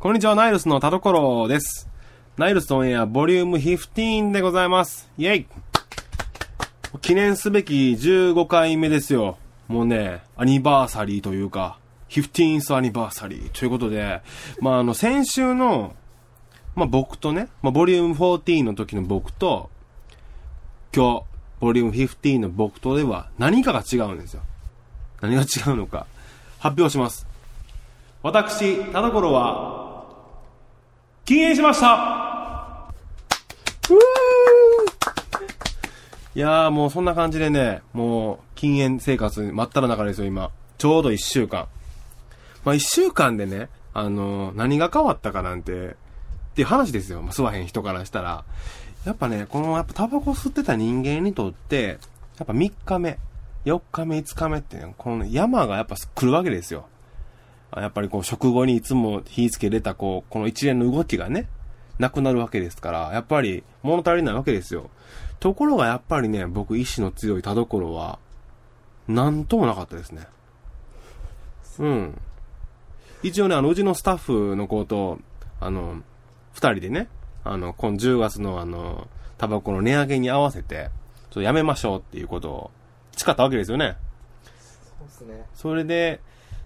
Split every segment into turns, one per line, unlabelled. こんにちは、ナイルスの田所です。ナイルスオンエアボリューム15でございます。イェイ記念すべき15回目ですよ。もうね、アニバーサリーというか、15th アニバーサリーということで、まあ、あの、先週の、まあ、僕とね、まあ、ボリューム14の時の僕と、今日、ボリューム15の僕とでは何かが違うんですよ。何が違うのか、発表します。私、田所は、禁煙しましたいやーもうそんな感じでね、もう禁煙生活真っ只中ですよ、今。ちょうど一週間。まあ一週間でね、あのー何が変わったかなんて、っていう話ですよ。まあ、吸わへん人からしたら。やっぱね、この、やっぱタバコ吸ってた人間にとって、やっぱ3日目、4日目、5日目ってね、この山がやっぱ来るわけですよ。あやっぱりこう食後にいつも火つけれたこう、この一連の動きがね、なくなるわけですから、やっぱり物足りないわけですよ。ところがやっぱりね、僕意志の強い田所は、なんともなかったですね。うん。一応ね、あの、うちのスタッフの子と、あの、二人でね、あの、今10月のあの、タバコの値上げに合わせて、ちょっとやめましょうっていうことを誓ったわけですよね。
そうですね。
それで、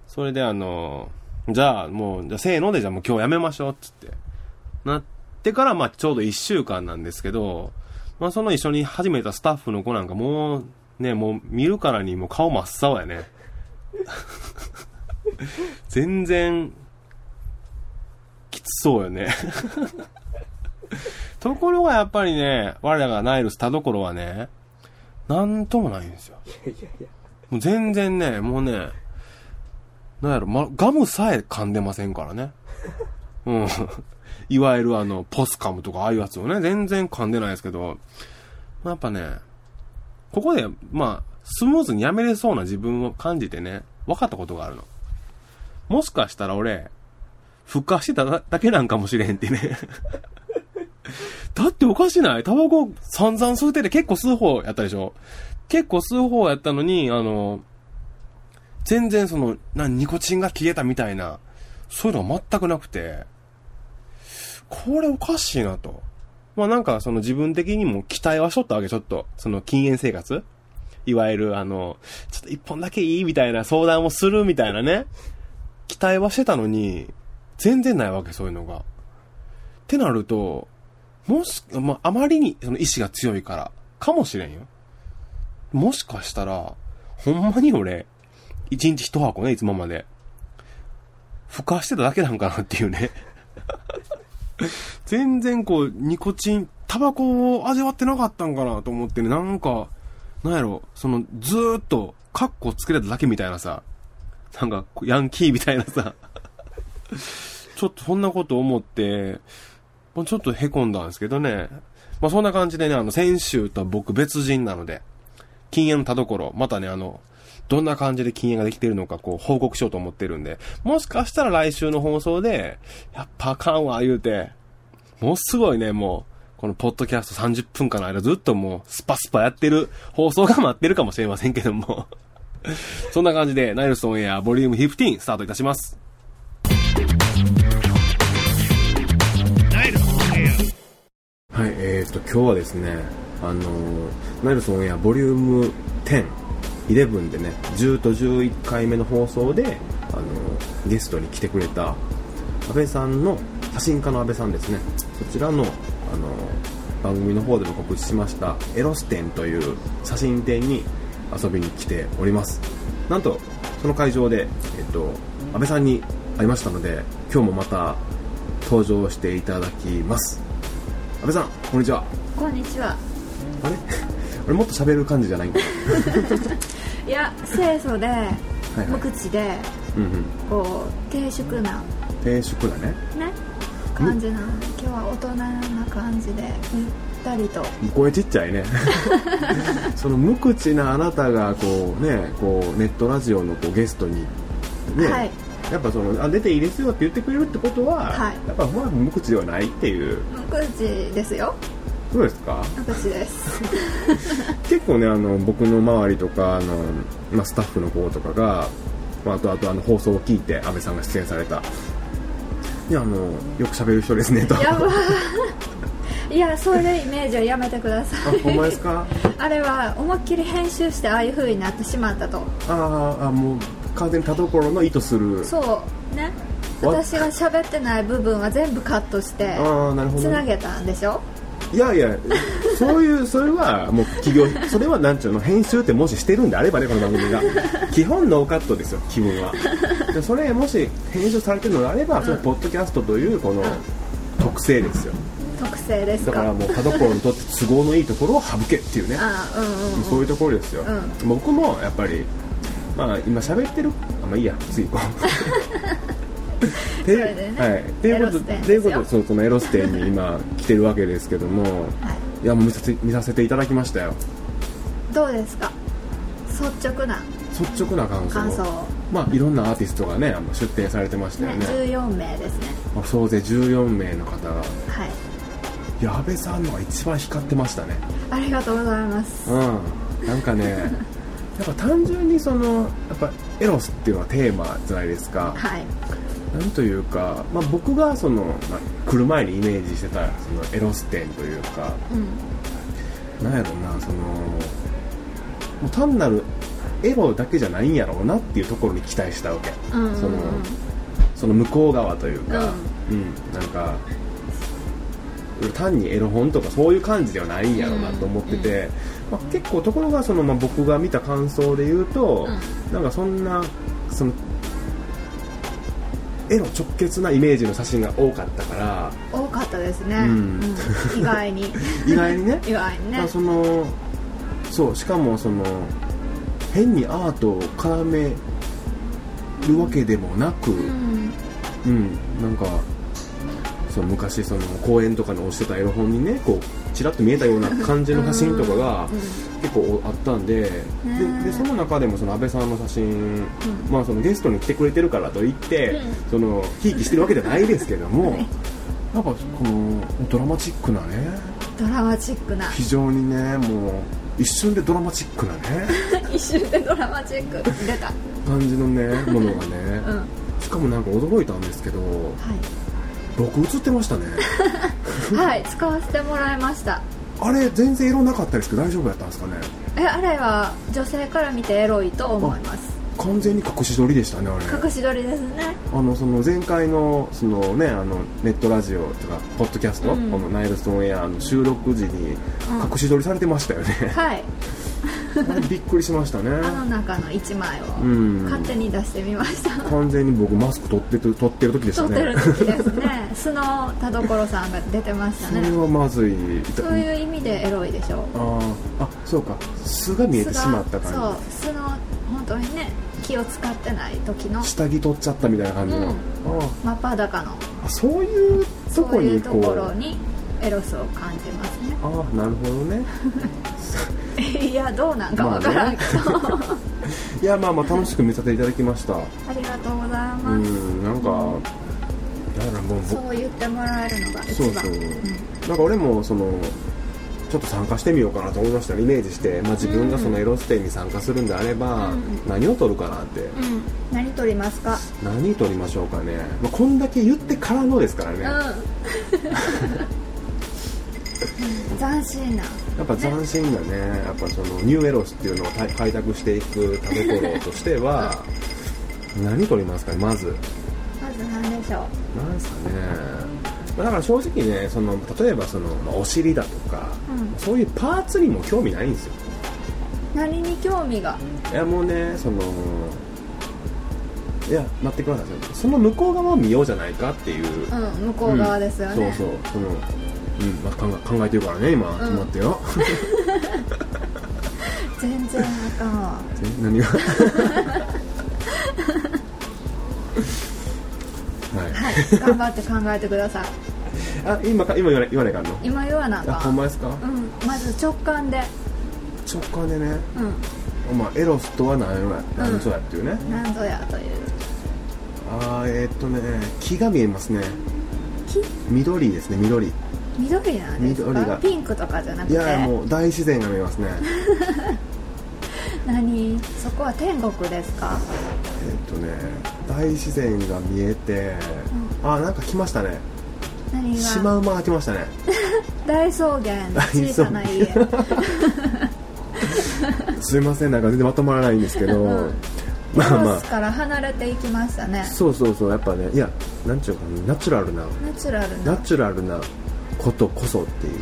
それであの、じゃあもう、じゃあせーので、じゃあもう今日やめましょうっつって。なってから、まあちょうど1週間なんですけど、まあその一緒に始めたスタッフの子なんかもう、ね、もう見るからにもう顔真っ青やね。 全然、きつそうよね。 ところがやっぱりね、我らがナイルス田所はね、なんともないんですよ。
いやいやいや。
もう全然ね、もうね、なんやろ、ま、ガムさえ噛んでませんからね。うん。いわゆるあの、ポスカムとかああいうやつをね、全然噛んでないですけど、やっぱね、ここで、まあ、スムーズにやめれそうな自分を感じてね、分かったことがあるの。もしかしたら俺、復活してただだけなんかもしれへんってね。だっておかしないタバコ散々吸うてて結構吸う方やったでしょ結構吸う方やったのに、あの、全然その、な、ニコチンが消えたみたいな、そういうのが全くなくて、これおかしいなと。まあなんかその自分的にも期待はしとったわけ、ちょっと。その禁煙生活いわゆるあの、ちょっと一本だけいいみたいな相談をするみたいなね。期待はしてたのに、全然ないわけ、そういうのが。ってなると、もし、まあ、あまりにその意志が強いから、かもしれんよ。もしかしたら、ほんまに俺、一日一箱ね、いつもまで。孵化してただけなんかなっていうね。 全然こう、ニコチン、タバコを味わってなかったんかなと思ってね、なんか、なんやろ、その、ずーっと、カッコつけれただけみたいなさ、なんか、ヤンキーみたいなさ、ちょっとそんなこと思って、まあちょっとへこんだんですけどね。まあ、そんな感じでね、あの、先週とは僕別人なので、禁煙の田所、またね、あの、どんな感じで禁煙ができているのか、こう、報告しようと思ってるんで、もしかしたら来週の放送で、やっぱあかんわ、言うて、もうすごいね、もう、このポッドキャスト30分間の間ずっともう、スパスパやってる放送が待ってるかもしれませんけども。 そんな感じで、ナイルスオンエアボリューム15スタートいたします。はい、えー、と、今日はですね、あのーナイルソンエアボリューム10、11でね、10と11回目の放送で、あのーゲストに来てくれた、安倍さんの、写真家の安倍さんですね、そちらの、あのー番組の方でも告知しました、エロス展という写真展に遊びに来ております。なんと、その会場で、えっ、と、安倍さんに会いましたので、今日もまた登場していただきます。安倍さんこんにちは
こんにちは。
あれ 俺もっと喋る感じじゃないんか
いや、清楚で、
いはい
無口で、
うんうん
こう、低粛な、
定食だね
ね、感じなの。今日は大人な感じで、ゆったりと。
声ちっちゃい ねその無口なあなたがこうねこうネットラジオのこうゲストにね、
はい
やっぱそのあ出ていいですよって言ってくれるってことは、
はい
やっぱほら無口ではないっていう
無口ですよ。
そうですか
無口 です。
結構ねあの僕の周りとかあの、まあ、スタッフの子とかが、まあ、あとあとあの放送を聞いて安倍さんが出演されたいやあのよく喋る人ですねと
や
あ
ばいいやそういうイメージはやめてください
ほんまですか
あれは思いっきり編集してああいう風になってしまったと
あーあもう完全に田所の意図する
そうね
What？
私が喋ってない部分は全部カットして
ああなるほ
つ
ど
な
ね
げたんでしょ
いやいやそういうそれはもう企業それはなんちゅうの編集ってもししてるんであればねこの番 組が基本ノーカットですよ基本はでそれもし編集されてるのであれば、それポッドキャストというこの特性ですよ
特性です
だ
か
からもう田所にとって都合のいいところを省けっていうね
ああうんうんうん
そういうところですよ、
う
僕もやっぱりまあ今喋ってるあまあいいや次行こ うで
それでね
はい、っていうこと
エロス店
というこ
です
と
よ
そうそのエロス店に今来てるわけですけども、
はい
いやもう見させ見させていただきましたよ
どうですか率直な
率直な感想
感想を
まあいろんなアーティストがねあの出展されてました
ね
よね
14名ですね
まあ総勢14名の方が
はい
矢部さんのが一番光ってましたね
ありがとうございます
うんなんかねやっぱ単純にそのやっぱエロスっていうのはテーマじゃないですか
はい
なんというか、まあ、僕がその、まあ、来る前にイメージしてたそのエロス店というか
うん
なんやろなそのもう単なるエロだけじゃないんやろうなっていうところに期待したわけ、
うんうんうん
そのその向こう側というか、うんなんか単にエロ本とかそういう感じではないんやろうなと思ってて、まあ、結構ところがその、まあ、僕が見た感想で言うと、なんかそんなそのエロ直結なイメージの写真が多かった から
多かったですね、
うん
うん意外に
意外にね
意外に
ま
ね
あそのそうしかもその変にアートを絡めるわけでもなく、
う
うん
ん
なんかその昔その公園とかに押してたエロ本にねこうちらっと見えたような感じの写真とかが
う
結構あったんで,、
ねえ
ででその中でもその安倍さんの写真、
ん
まあ、そのゲストに来てくれてるからといって、
う
そ
ん
のひいきしてるわけじゃないですけども、
はい
なんかこのドラマチックなね
ドラマチックな
非常にねもう一瞬でドラマチックなね
一瞬でドラマチック出た
感じのねものがね、
うんは
しかもなんか驚いたんですけど僕映ってましたね
い、はい、使わせてもらいました
あれ全然色なかったですけど大丈夫やったんですかね
えあれは女性から見てエロいと思います
完全に隠し撮りでしたねあれ
隠し撮りですね
あのその前回のその、ね、あのネットラジオとかポッドキャスト、
うん
このナイルストーンエアの収録時に隠し撮りされてましたよ ね、
はい
あれびっくりしましたね
あの中の1枚を
うん
勝手に出してみました、
完全に僕マスク取ってる取ってる時でした
撮っ
ね
てる時ですね素の田所さんが出てました
それ
ね
はまずい
そういう意味でエロいでしょ
あーあそうか素が見えてしまった
素
感
がそう素の本当にね気を使ってない時の
じ下着取っちゃったみたいな感じの、
うん真っ裸の
ああそういうと
そ
こ
うい
に
うと
こう
ころにエロスを感じますね
ああなるほどね
いやどうなんかわからんけど、
いやまあまあ楽しく見させていただきました
ありがとうございます、
うんなんかなんかもうぼ
そう言ってもらえるのが一番
そうそう、なんか俺もそのちょっと参加してみようかなと思いましたねイメージして、まあ、自分がそのエロステイに参加するんであれば、
うん
何を撮るかなって、
うん、うん、何撮りますか
何撮りましょうかね、まあ、こんだけ言ってからのですからね、
うん 斬新
や
な
っぱ斬新だねやっぱそのニューエロスっていうのを開開拓していく田所としては何取りますかねまず
まず何でしょう
何ですかねまあだから正直ねその例えばその、まあお尻だとか、
うん
そういうパーツにも興味ないんですよ
何に興味が
いやもうねそのいや待ってくださいその向こう側を見ようじゃないかっていう、
うん向こう側ですよね、
うん、そうそうそのうんまあ、考え考えてるからね今、ちょっと待ってよ
全然あかんわ
何が はい
はい頑張って考えてください
あ今か今言われ言われかんの
今言わなあ
あ
か
ほ
ん
んまですか、
うん、まず直感で、
直感でね、
う
まあ、エロスとは何やろや何ぞやっていうね、
ん、何ぞやという
あーえーっとね木が見えますね
木
緑ですね緑
緑なんです
緑
か
が
ピンクとかじゃなく
い
て
やもう大自然が見えますね
何そこは天国ですか
えっとね大自然が見えて、あなんか来ましたね
何が
シマウマが来ましたね
大草原の
大草原
小さな家
すいませんなんか全然まとまらないんですけど、
うん
まあま
ロスから離れていきましたね
あそうそうそうやっぱねいやなんちゅうかなナチュラルな
ナチュラルな
ナチュラルなことこそっていう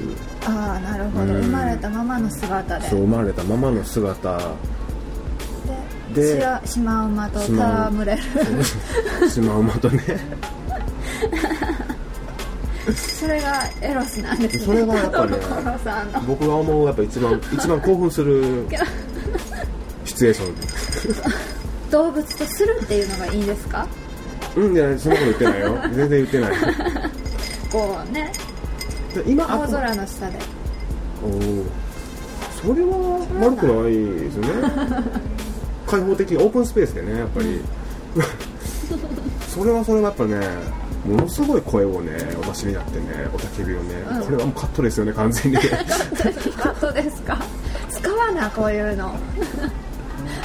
ああなるほど
うん
生まれたままの姿で
そう生まれたままの姿
で
で
しらシマウマと
シマウマ
戯れる
シマウマ とね
それがエロスなんですね
それはやっぱね
所さんの
僕が思うやっぱ一 番一番興奮するシチュエーション
動物とするっていうのがいいんですか
うんいやそんなこと言ってないよ全然言ってない
こうね
で今あ
青空の下で
おーそれは悪くないですね開放的オープンスペースでねやっぱりそれはそれはやっぱねものすごい声をねお出しになってねおたけびをね、
うん
これはもうカットですよね完全に
カットですか使わなこういうの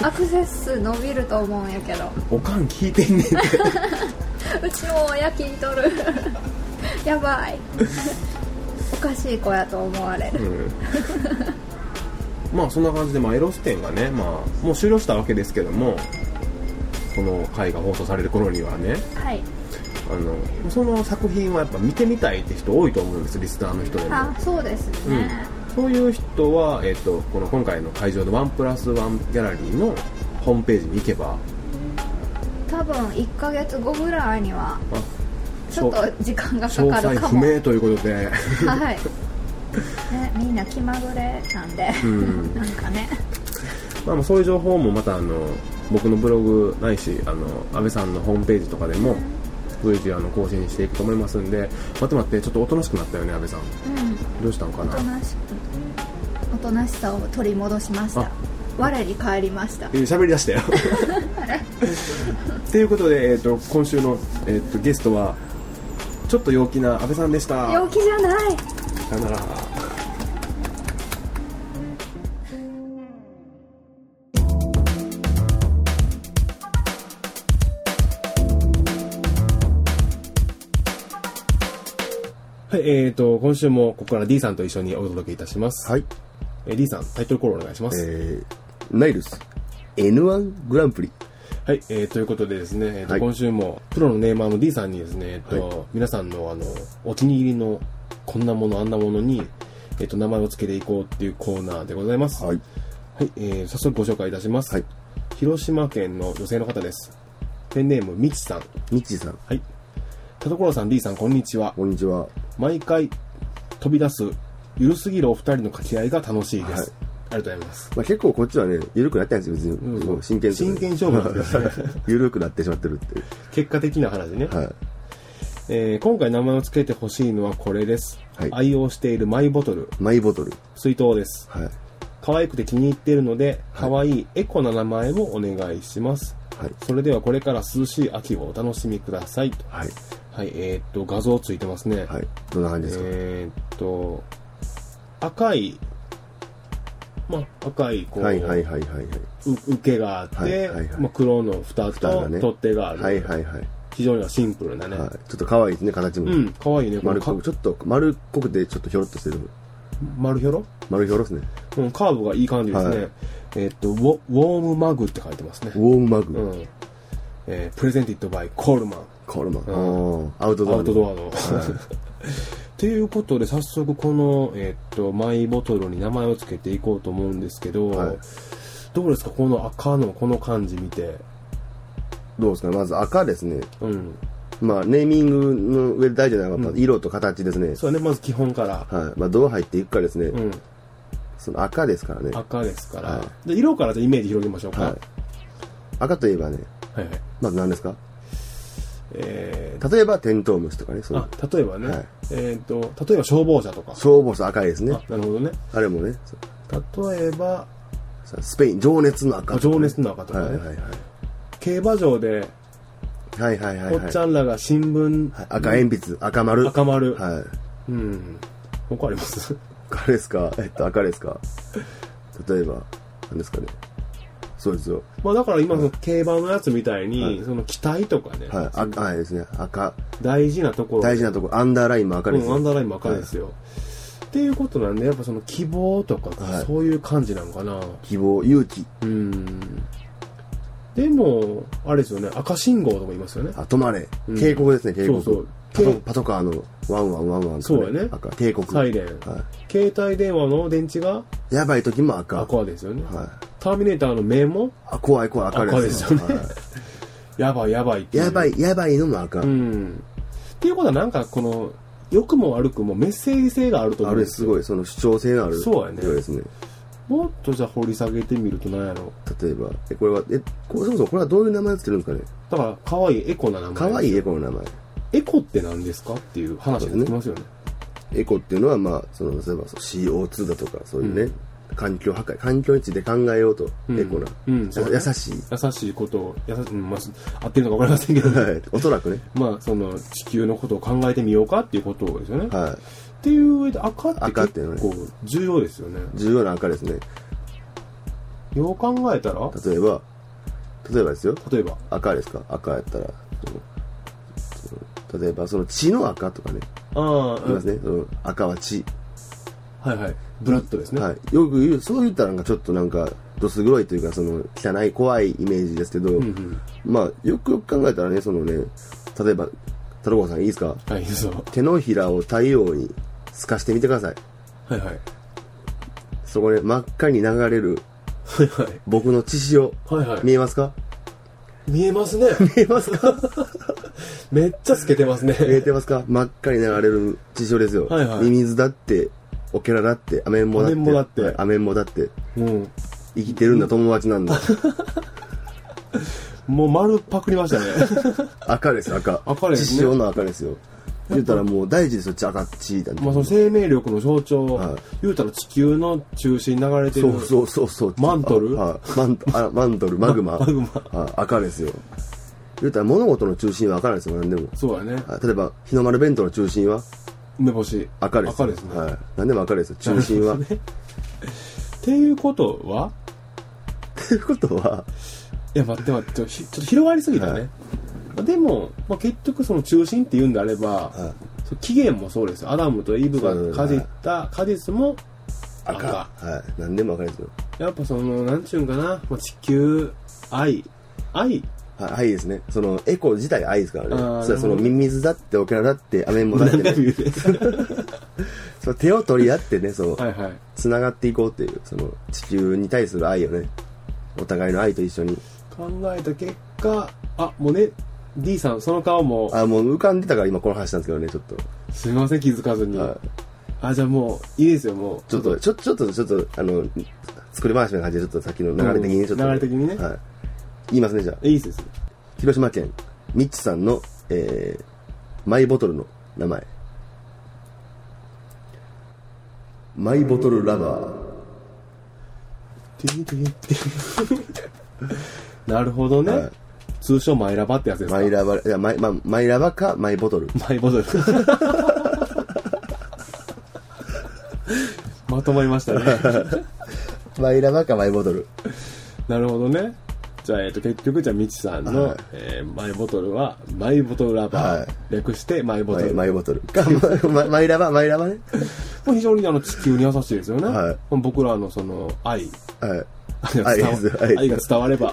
アクセス数伸びると思うんやけど
おかん聞いてんねんって
うちの親聞いとるやばいおかしい子やと思われる
うんまあそんな感じで、まあ、エロス展がね、まあ、もう終了したわけですけどもこの回が放送される頃にはね
はい
あのその作品はやっぱ見てみたいって人多いと思うんですリスナーの人でも
あそうです
う
ね
ん、そういう人は、えっとこの今回の会場のワンプラスワンギャラリーのホームページに行けば
多分1ヶ月後ぐらいには
あ
ちょっと時間がか
詳
か
細
るか
不
も
明ということで
はい、ね、みんな気まぐれなんで、
ん
なんかね
まあまあそういう情報もまたあの僕のブログないしあの安倍さんのホームページとかでも随時あの更新していくと思いますんで待って待ってちょっとおとなしくなったよね安倍さん
うん
どうしたのか
お
な
となしくおとなしさを取り戻しまし
あ
た我に返りました
えー喋り出したよ ということで、えっと今週の、えっとゲストはちょっと陽気な安倍さんでした
陽気じゃない
さよならはい、えー、と、今週もここから D さんと一緒にお届けいたします。
はい。
えー D さん、タイトルコールお願いします。
えー、ナイルス N1 グランプリ。
はい、えー、ということでですね、えーと
はい
今週もプロのネーマーの D さんにですね、えーと
は
皆さんのあのお気に入りのこんなもの、あんなものに、えー、と名前を付けていこうっていうコーナーでございます。
はい。
はい、えー、早速ご紹介いたします。
はい
広島県の女性の方です。ペンネーム、みちさん。
ミッチーさん、
はい。田所さん、D さん、こんにちは。
こんにちは。
毎回飛び出す、ゆるすぎるお二人の掛け合いが楽しいです。
はい
ありがとうございます。
まあ、結構こっちはね、緩くなってないんですよ、別
うん
に。もう真剣
真剣勝負なんですね。
ゆるくなってしまってるってい
結果的な話ね。
う。はい。
えー今回名前を付けてほしいのはこれです、
はい
愛用しているマイボトル、
マイボトル。
水筒です。
はい。
可愛くて気に入っているので、
はい
可愛いエコな名前をお願いします。
はい。
それではこれから涼しい秋をお楽しみください。と
はい。
はい、えーっと、画像ついてますね。
はい。どんな感じですか、
えーっと、赤い、まあ、赤い、こう、
はいはいはいはいは
う受けがあって、
はいはいはい
まあ、黒の蓋
蓋
と
がね
取っ手があ
い。
る。
はいはいはい。
非常にはシンプルなね。
はい、ちょっと可愛いですね、形も。
うん、可愛いね。こ
丸
れ
っこく、
か
ちょっと丸っこくて、ちょっとひょろっとしてる。
丸ひょろ
丸ひょろですね。
うん、カーブがいい感じですね。
はい
えっとウォ、ウォームマグって書いてますね
ウ。ォームマグ。
うん。えー、プレゼンティッドバイコールマン。
コールマン。
う
あーアウトドア
ア
の。
ウトドアの。ということで、早速この、えっと、マイボトルに名前を付けていこうと思うんですけど、
はい
どうですかこの赤のこの感じ見て。
どうですかねまず赤ですね。
うん。
まあ、ネーミングの上で大事なのは、まあ色と形ですね。
そうだね、まず基本から。
はい。まあ、どう入っていくかですね。
うん。
その赤ですからね。は
赤ですから。
は
で色からじゃあイメージ広げましょうか。
い。赤といえばね、
はいはい。
まず何ですか
え
例えばテントウムシとかね、そ
ー、
の
あ、例えばね、
はい
えっと、例えば消防車とか。
消防車赤いですね
あ。、なるほどね。
あれもね、そ
例えば、
さスペイン、情熱の赤
あ
とかね、
情熱の赤とかね
はいはいはい。
競馬場で、
はいはいはい、
お
はい
っちゃんらが新聞、
はい赤鉛筆、赤丸。
赤丸。
はい。
うん。他あります
赤ですかえっと、赤ですか例えば、何ですかね。そうですよ。
まあだから今の競馬のやつみたいに、
はい
その期待とかね、
はい。赤、はいですね。赤。
大事なところ
大事なところ、アンダーラインも赤です
うん、アンダー
よ。
ラインも赤ですよ、っていうことなんでやっぱその希望とか、
はい
そういう感じなのかな
希望、勇気。
うんでもあれですよね赤信号とか言いますよね
あ、止まれ
うん。
警告ですね、警告。
そう
パ
そう
トパトカーのワンワンワンワンとか、
そうやね
赤、警告。
サイレン、
は
携帯電話の電池が
い。やばい時も赤。
赤ですよね、
はい。
ターミネーターの目も
あ、怖い怖い赤です。
赤ですよね
はい
やばいやばいっていう
やばい、やばいのも赤。
うんっていうことはなんかこの良くも悪くもメッセージ性があると思
あ
うん
れ
ですすよ
ごい、その主張性のある。
そうやね
色ですね。
もっとじゃあ掘り下げてみると何やろ
例えば、え、これは、え、こそもそもこれはどういう名前つけるんですかね
だから可愛いエコな名前
可愛いエコの名前。
エコって何ですかっていう話ができますよね
エコっていうのは、まあ、その、例えばそう CO2 だとか、そういうね、
うん
環境破壊、環境について考えようと、
うん
エコな。
うん
や
そうね
優しい。
優しいことを優し、うんまあ、す合ってるのか分かりませんけど、
はい。おそらくね。
まあその地球のことを考えてみようかっていうことですよね、
は
っていう上で赤って
赤って
結
ね
構重要ですよね
い。重要な赤ですね。
よう考えたら
例えば、例えばですよ。
例えば
赤ですか赤やったら、そのその例えば、その血の赤とかね、
ああ、
言いますね。その赤は血。
はいはいブラッドですね、
はい、よく言うそう言ったらなんかちょっとなんかどす黒いというかその汚い怖いイメージですけど、
うんうん
まあよくよく考えたらねそのね例えば太郎さんいいですか
はいそう
手のひらを太陽に透かしてみてください
はいはい
そこね真っ赤に流れる
はいはい
僕の血潮、
はいはい
見えますか
見えますね
見えますか
めっちゃ透けてますね
見えてますか真っ赤に流れる血潮ですよ、
はいはい
ミミズだってオケラだってアメンボだって
アメンボだって
はいアメンボだって
うん
生きてるんだ友 達なんだ
もう丸パクりましたね
赤です赤
赤ですね
血潮の赤ですよ言ったらもう大事ですよ血赤血だって
まあその生命力の象徴、
はい
言うたら地球の中心に流れて
そ
る
うそうそうそう。
マントル
ああマントあマントル、マグマ。
マグマ
あ赤ですよ。言うたら物事の中心は赤なんですよ、何でも。
そうやね
あ例えば、日の丸弁当の中心は
梅干し
赤です。
赤ですね、
はい。何でも赤ですよ、中 心は。
なるほどねっていうことは
ということは、
いや待って待ってちょひちょっと広がりすぎたね、
はい
まあでも、まあ、結局その中心っていうんであれば、そう起源もそうですよアダムとイブがかじった果実も
赤。
赤
はい。何でも赤ですよ。
やっぱそのなんちゅうんかな、まあ、地球愛愛
はい、はいですね。その、エコ自体愛ですからね。
あー
それはその、
なるほど
ミミズだって、オケラだって、アメンボだって
何回も
ね、
言うて
その手を取り合ってね、その、
はいはい
繋がっていこうっていう、その、地球に対する愛をね、お互いの愛と一緒に。
考えた結果あもうね D さんその顔も
あ、もう浮かんでたから今この話したんですけどね、ちょっと。
すみません気づかずに、
はい
あじゃあもういいですよもう
ちょっと、ちょっと、ちょっと、ちょっと、あの、作り回しの感じで、ちょっとさっきの流れ的にちょっと。
うん流れ的にね
はい。言いますね、じゃあ。
いいですよ
広島県、ミッチさんの、えー、マイボトルの名前。マイボトルラバー。
ティリティリティリなるほどね、
はい
通称マイラバってやつですか
マイラバ、いや、マイ、まあ、マイラバか、マイボトル。
マイボトル まとまりました ね
マイラバか、マイボトル。
なるほどねじゃあ、えっと、結局じゃあみちさんの、
はい
えーマイボトルはマイボトルラバー、
はい
略してマイボト
マイ
ル、
マイボトル。か、 マイマイラバ、マイラバね。
もう非常にあの地球に優しいですよね、
はい
僕らのその愛
はい。
愛 が伝わ
愛です愛
愛が伝われ ば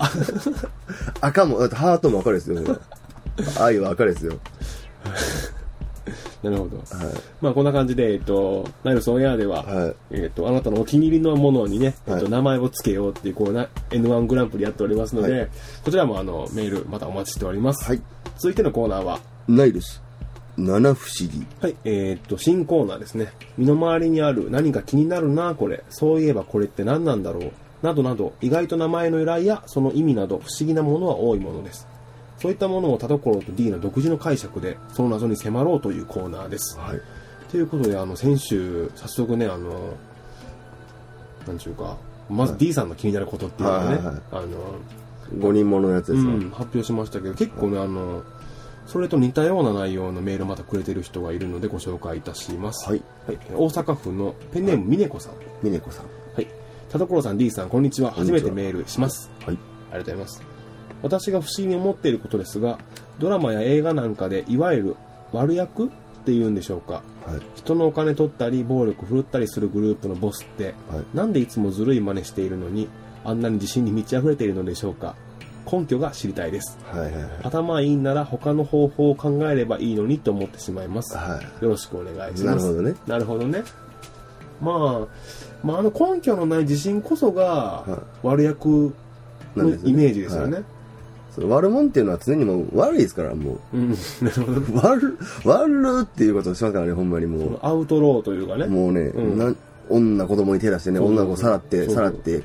赤も、だってハートも赤ですよ、ほら愛は赤ですよ。
なるほど、まあこんな感じで、えっと、ナイルソンエアでは、
はい
えっと、あなたのお気に入りのものにね、えっ
は
と、
い
名前を付けようっていう、こうな、N1 グランプリやっておりますので、
は
こちらもあの、メール、またお待ちしております。
はい。
続いてのコーナーは、
ナイルス、七不思議。
はい、えっと、新コーナーですね。身の回りにある何か気になるな、これ。そういえばこれって何なんだろう。などなど、意外と名前の由来やその意味など不思議なものは多いものです。そういったものを田所と D の独自の解釈で、その謎に迫ろうというコーナーです。
はい。
ということで、あの、先週、早速ね、あの、なんちゅうか、まず D さんの気になることっていうのをね、
はいはいはい
あの、
五人ものやつです
う
よ。
ん、発表しましたけど、結構ね、あの、それと似たような内容のメールまたくれてる人がいるのでご紹介いたします。
はい。
はい大阪府のペンネームみねこさん。
ミネコさん。
はい。田所さん D さんこんにちは
んに
初
ちは
めてメールします
はい。
ありがとうございます。私が不思議に思っていることですが、ドラマや映画なんかで、いわゆる悪役っていうんでしょうか。
はい。
人のお金取ったり、暴力振るったりするグループのボスって、
はい。
なんでいつもずるい真似しているのに、あんなに自信に満ち溢れているのでしょうか。根拠が知りたいです。
はい。はい。はい
頭いいんなら他の方法を考えればいいのにと思ってしまいます。
は
よろしくお願いします。
い。なるほどね。
なるほどね。まあ、まあ、あの根拠のない自信こそが
は、
悪役のイメージですよね。
はその悪者っていうのは常にもう悪いですから、も
う
う。
ん、なるほど。
悪、悪っていうことをしますからね、ほんまにも
アウトローというかね。
う。もうね、
うん
なん女子供に手出してね、
そうそう
女の子さらって、
そう
さらって、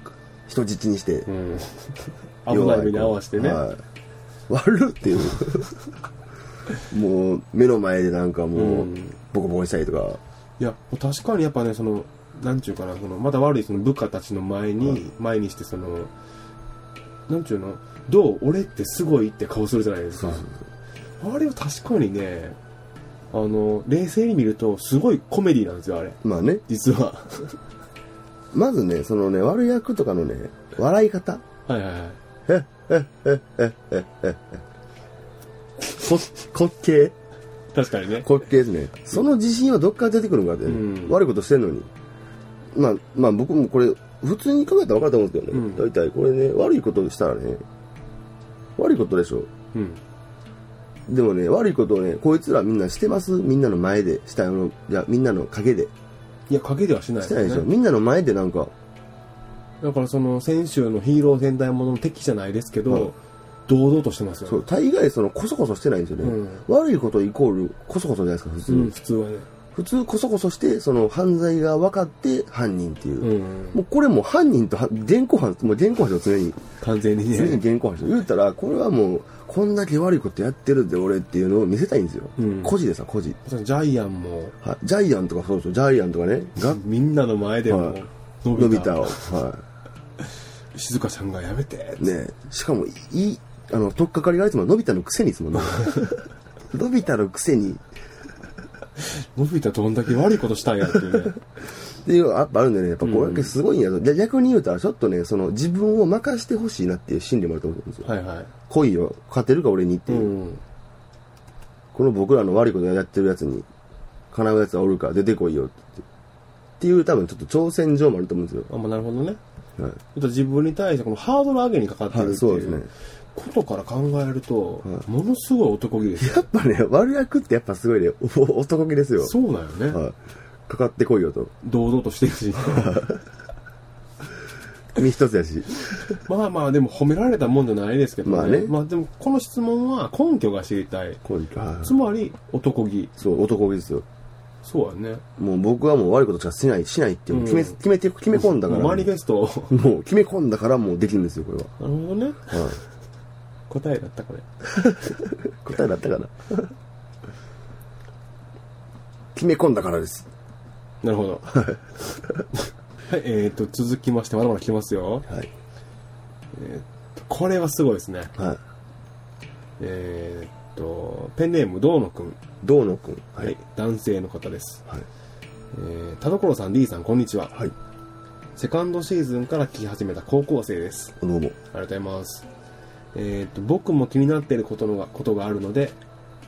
人質にして
う、ん、危ない目に合わせてね。
はい悪っ ていう。もう、目の前でなんかもう
うん、
ボコボコにしたりとか、
いや、もう確かにやっぱね、その、なんちゅうかな、その、まだ悪いその部下たちの前に、前にしてその、なんちゅうの、どう俺ってすごいって顔するじゃないですか。あれは確かにね、あの、冷静に見ると、すごいコメディなんですよ、あれ。
まあね、
実 は。
まずね、そのね、悪役とかのね、笑い方。
はいはいはい。
こ滑稽
確かにね。
滑稽ですね。その自信はどっから出てくるのかってね、
うん
悪いことしてんのに。まあ、まあ僕もこれ、普通に考えたら分かると思うんですけどね。
う
大体これね、悪いことしたらね、悪いことでしょ。
うん。
でもね、悪いことをね、こいつらみんなしてますみんなの前で、下の、いや、みんなの陰で。
いや、陰ではしない
してないでしょ。
ね。
みんなの前でなんか、
だからその、先週のヒーロー戦隊ものの敵じゃないですけど、
はい
堂々としてますよね。
そう、大概その、こそこそしてないんですよね。
う
悪いことイコール、こそこそじゃないですか、普通。
うん、普通はね。
普通、こそこそして、その、犯罪が分かって、犯人っていう。
うん。
もうこれもう犯人とは現行犯、もう現行犯ですよ常に。
完全に
常に
ね。
現行犯ですよ言うたら、これはもう、こんだけ悪いことやってるで俺っていうのを見せたいんですよ。
うん
孤児でさ、孤児。
ジャイアンも、
はいジャイアンとかそうですよ、ジャイアンとかね、が
みんなの前でも
はい、
伸
伸
び
び
た。
たを。は
静香ちゃんがやめて。
い。ねしかも、いい、あの、とっかかりがいつも伸びたのくせにですもんね。 伸びたのくせに、っ
伸びたどんだけ悪いことしたんやっていう ね。
ていうのがやっぱあるんでね、やっぱこれだけすごいんやと。で逆に言うたら、ちょっとね、その、自分を任してほしいなっていう心理もあると思うんですよ。
はいはい。
恋を勝てるか俺にって
う
いう。
ん。
この僕らの悪いことやってるやつに、叶うやつはおるから出てこいよって言って。っていう多分ちょっと挑戦状もあると思うんです
あ、まあなるほどね。
よ。
ちょ
はい。
っと自分に対してこのハードル上げにかかってる
は
っ
い、
て
そうで
い
すね
う。ことから考えると、ものすごい男気ですよ。
やっぱね、悪役ってやっぱすごいね、お男気ですよ。
そうだよね。
はい。かかってこいよと。
堂々としてるし。
身一つやし。
まあまあでも褒められたもんじゃないですけどね。
まあね
まあでもこの質問は根拠が知りたい。
恋か。
つまり男気。
そう、男気ですよ。
そうやね。
もう僕はもう悪いことしかしない、しないっていう、決め、
うん
決めて、決め込んだから。
マニフェスト。
もう決め込んだからもうできるんですよ、これ
なるほどね。
は。はい。
答えだったこれ。
答えだったかな。決め込んだからです。
なるほど。はい、えっ、と、続きまして、まだまだ来てますよ。
はい。
これはすごいですね。
はい。
えっ、と、ペンネーム、どうのくん。
どうのくん。は
はいい。、男性の方です。
はい。
えー、田所さん、D さん、こんにちは。
はい。
セカンドシーズンから聞き始めた高校生です。
ど
あ
うも。
りがとうございます。えっ、と、僕も気になっていることのが、ことがあるので、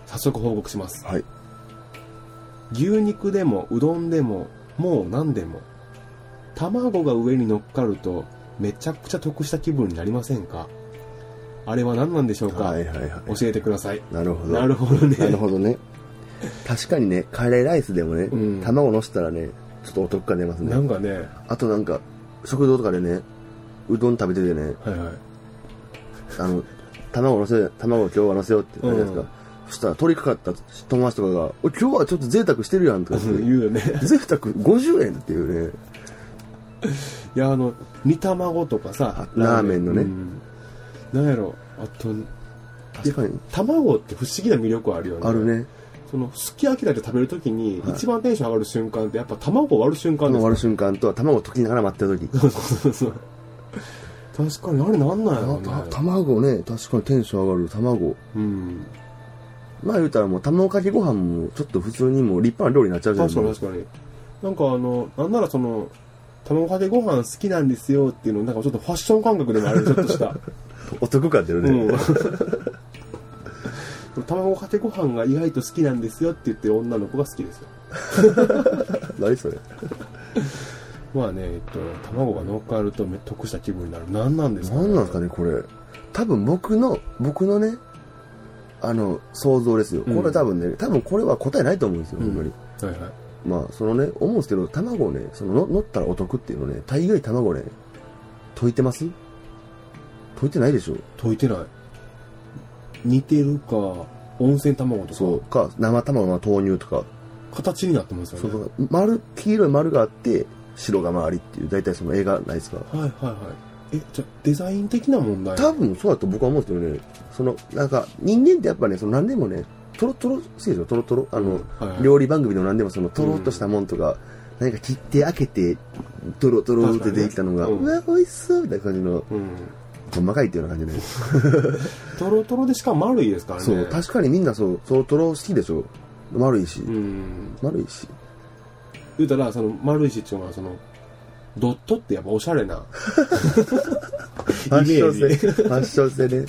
早速報告します。
はい。
牛肉でもうどんでももう何でも卵が上に乗っかるとめちゃくちゃ得した気分になりませんかあれは何なんでしょうか、
はいはいは
教えてください
い。なるほど。
なるほどね
なるほどね。確かにね、カレーライスでもね、
うん
卵のせたらね、ちょっとお得感出ます
な
ね。
んかねは
あとなんか、食堂とかでね、うどん食べててね、
いはい
あの、卵のせ、卵今日はのせようって言うじゃないですか。
うん
そしたら、取りかかった友達とかが、お今日はちょっと贅沢してるやんとか言って
言うよね
贅沢50円っていうね、
いやあの煮卵とかさ
あラーメンのね
うんなんやろあと
確かに
卵って不思議な魅力あるよね
あるね、
そのすき焼きだけ食べるときに
はい
一番テンション上がる瞬間ってやっぱ卵割る瞬間
卵
です
割る瞬間とは卵溶きながら待ってる時
そうそうそう確かにあれなんなんやろうね
た卵ね、確かにテンション上がる卵。
うん
まあ言うたらもう卵かけご飯もちょっと普通にもう立派な料理になっちゃうじゃな
確
い
か
で
に
すか。
確かになんかあのなんならその
卵かけご飯好きなんですよっていうの、なんかちょっとファッション感覚でもある、ちょっとし た。
お得感出るね。
うん、 卵かけご飯が意外と好きなんですよって言ってる女の子が好きですよ
何それ。
まあねえっと卵が乗っかるとめ得した気分になる何なんですか、
何なんですかね、これ。多分僕の、僕のね、あの、想像ですよ。こ
ん
れ多分ね、多分これは答えないと思うんですよ、ほんまに。
はいはい
まあ、そのね、思うんですけど、卵をね、そのの、乗ったらお得っていうのね、大概卵ね、溶いてます溶いてないでしょ
溶いてない似てるか温泉卵と
そう。か、生卵の豆乳とか、
か形になってますよね
そうそう丸、黄色い丸があって、白が周りっていう、大体その映画ないですか。
はいはいはいえじゃあデザイン的な問題
多分そうだと僕は思うんですけどね、その、なんか、人間ってやっぱね、その何でもね、トロトロしてるでしょ、トロトロ。あの、
はいはい
料理番組でも何でもその、トロっとしたもんとか、何か切って開けて、トロトロって出てきたのが、
確かに
う
ね
わ、美味しそうみたいな感じの、
うん
細かいっていうような感じで、ね。
とろとろでしかも丸いですからね
そう、確かにみんなそう、トロトロ好きでしょ。丸いし、
うん
丸いし。
言うたらその丸いしっていうのはそのドットってやっぱおしゃれ なイメ
発祥
ージ
性。発祥性ね。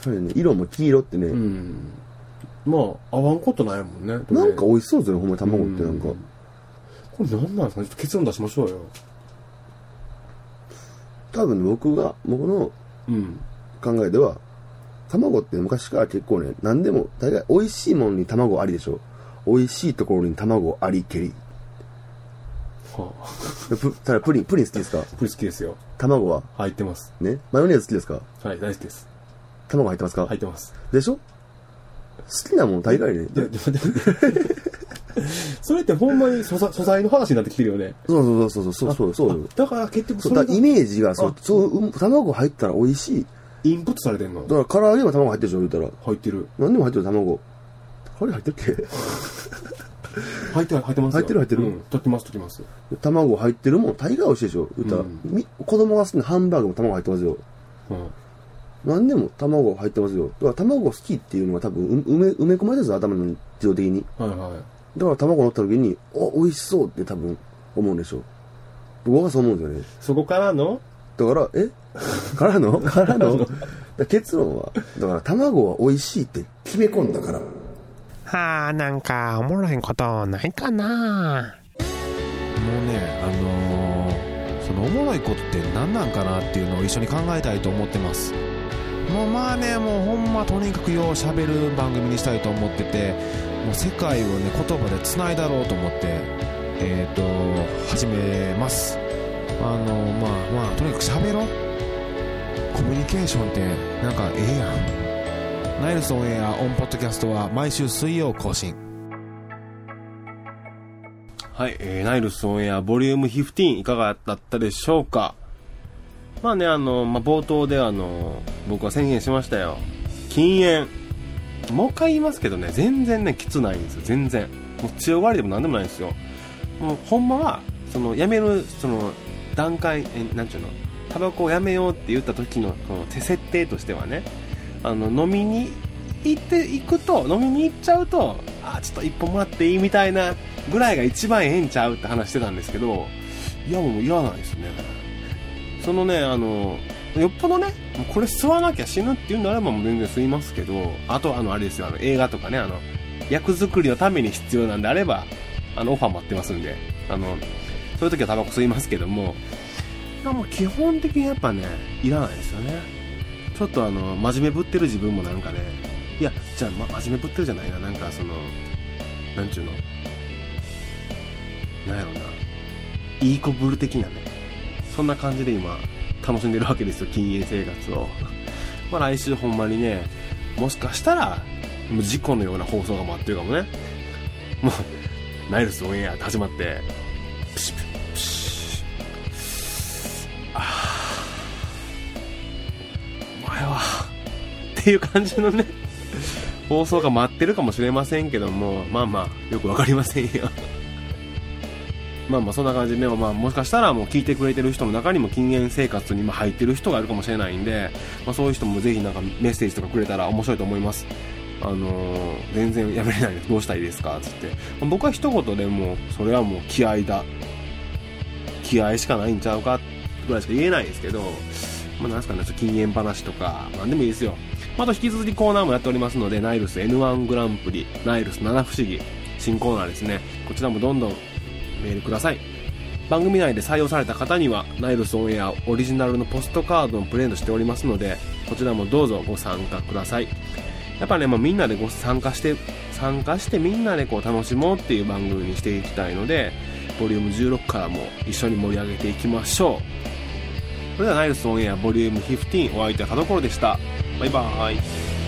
そうね、色も黄色ってね、
うんまあ合わんことないもんね
なんか美味しそうですよね、ほんまに卵ってなんか。
うんこれ何なんですかねちょっと結論出しましょうよ
多分ね僕が、僕の
うん
考えでは、卵って昔から結構ね、何でも、大概美味しいものに卵ありでしょ。美味しいところに卵ありけり。
はあ
でプただプリン、プリン好きですか
これ好きですよ
卵は
入ってます
ねマヨネーズ好きですか
はい大好きです
卵入ってますか、
入ってます
でしょ好きなもの大概ね。
いや
で
でもでも それってほんまに素材素材の話になってきてるよね
そうそうそうそうそうそうそう。
だから結局
そ
そうれ
だ
が
からイメージがそう
あ
そう、うん卵入ったら美味しい。
インプットされてんの
だから唐揚げは卵入ってるでしょ、言うたら。
入ってる
何でも入ってる卵。唐揚げ入ってるっ
入ってる入ってますよ
入ってる入ってる
うん、取ってます取ってます
け卵入ってるもん、大概美味しいでしょ、言うたら。
うん
み子供が好きなハンバーグも卵入ってますよ。
うん
何でも卵入ってますよ。だから卵好きっていうのは多分う埋め埋め込まれてるんですよ、頭の自動的に。
はいはい
だから卵乗った時に、お、美味しそうって多分思うんでしょう。僕はそう思うんですよね。
そこからの
だから、え からの からのだから結論は、だから卵は美味しいって決め込んだから。
あーなんかおもろいことないかな
もうねあのーそのおもろいことって何なんかなっていうのを一緒に考えたいと思ってますもうまあねもうほんまとにかくようしゃべる番組にしたいと思っててもう世界をね言葉でつないだろうと思ってえっ、と始めますあのーまあまあとにかくしゃべろうコミュニケーションってなんかええやんナイルソンエアオンポッドキャストは毎週水曜更新
はい、えー、ナイルスオンエアボリューム15いかがだったでしょうかまあね、あの、まあ、冒頭であの、僕は宣言しましたよ。禁煙。もう一回言いますけどね、全然ね、きつないんですよ、全然。もう強がりでもなんでもないんですよ。もう、ほんまは、その、やめる、その、段階、え、なんちゅうの、タバコをやめようって言った時の、この、手設定としてはね、あの、飲みに行って、行くと、飲みに行っちゃうと、あ、ちょっと一本もらっていいみたいなぐらいが一番ええんちゃうって話してたんですけど、いや、もういらないですね。そのね、あの、よっぽどね、もうこれ吸わなきゃ死ぬっていうんであればもう全然吸いますけど、あと、あの、あれですよ、あの、映画とかね、あの、役作りのために必要なんであれば、あの、オファー待ってますんで、あの、そういう時はタバコ吸いますけども、いやもう基本的にやっぱね、いらないですよね。ちょっとあの、真面目ぶってる自分もなんかね、いや、じゃあ、ま、真面目ぶってるじゃないな、なんかその、なんちゅうの、なんやろうな、いい子ぶる的なね、そんな感じで今、楽しんでるわけですよ、禁煙生活を。 まあ来週ほんまにね、もしかしたら、もう事故のような放送が待ってるかもね。もう、ナイルスオンエアって始まって、プシュプシュプシュあーお前は、っていう感じのね、放送が待ってるかもしれませんけども、まあまあ、よくわかりませんよ。まあまあそんな感じでね、まあもしかしたらもう聞いてくれてる人の中にも禁煙生活に今入ってる人がいるかもしれないんで、まあそういう人もぜひなんかメッセージとかくれたら面白いと思います。あのー全然やめれないです。どうしたらいいですかつって。まあ僕は一言でもう、それはもう気合だ。気合しかないんちゃうかぐらいしか言えないですけど、まあ、なんすかね、ちょっと禁煙話とか、なんでもいいですよ。まああと引き続きコーナーもやっておりますので、ナイルス N1 グランプリ、ナイルス七不思議、新コーナーですね。こちらもどんどんメールください。番組内で採用された方には、ナイルスオンエアオリジナルのポストカードをプレゼントしておりますので、こちらもどうぞご参加ください。やっぱね、まあ、みんなでご参加して、参加してみんなでこう楽しもうっていう番組にしていきたいので、ボリューム16からも一緒に盛り上げていきましょう。それではナイルスオンエアボリューム15お相手は田所でした。バイバーイ。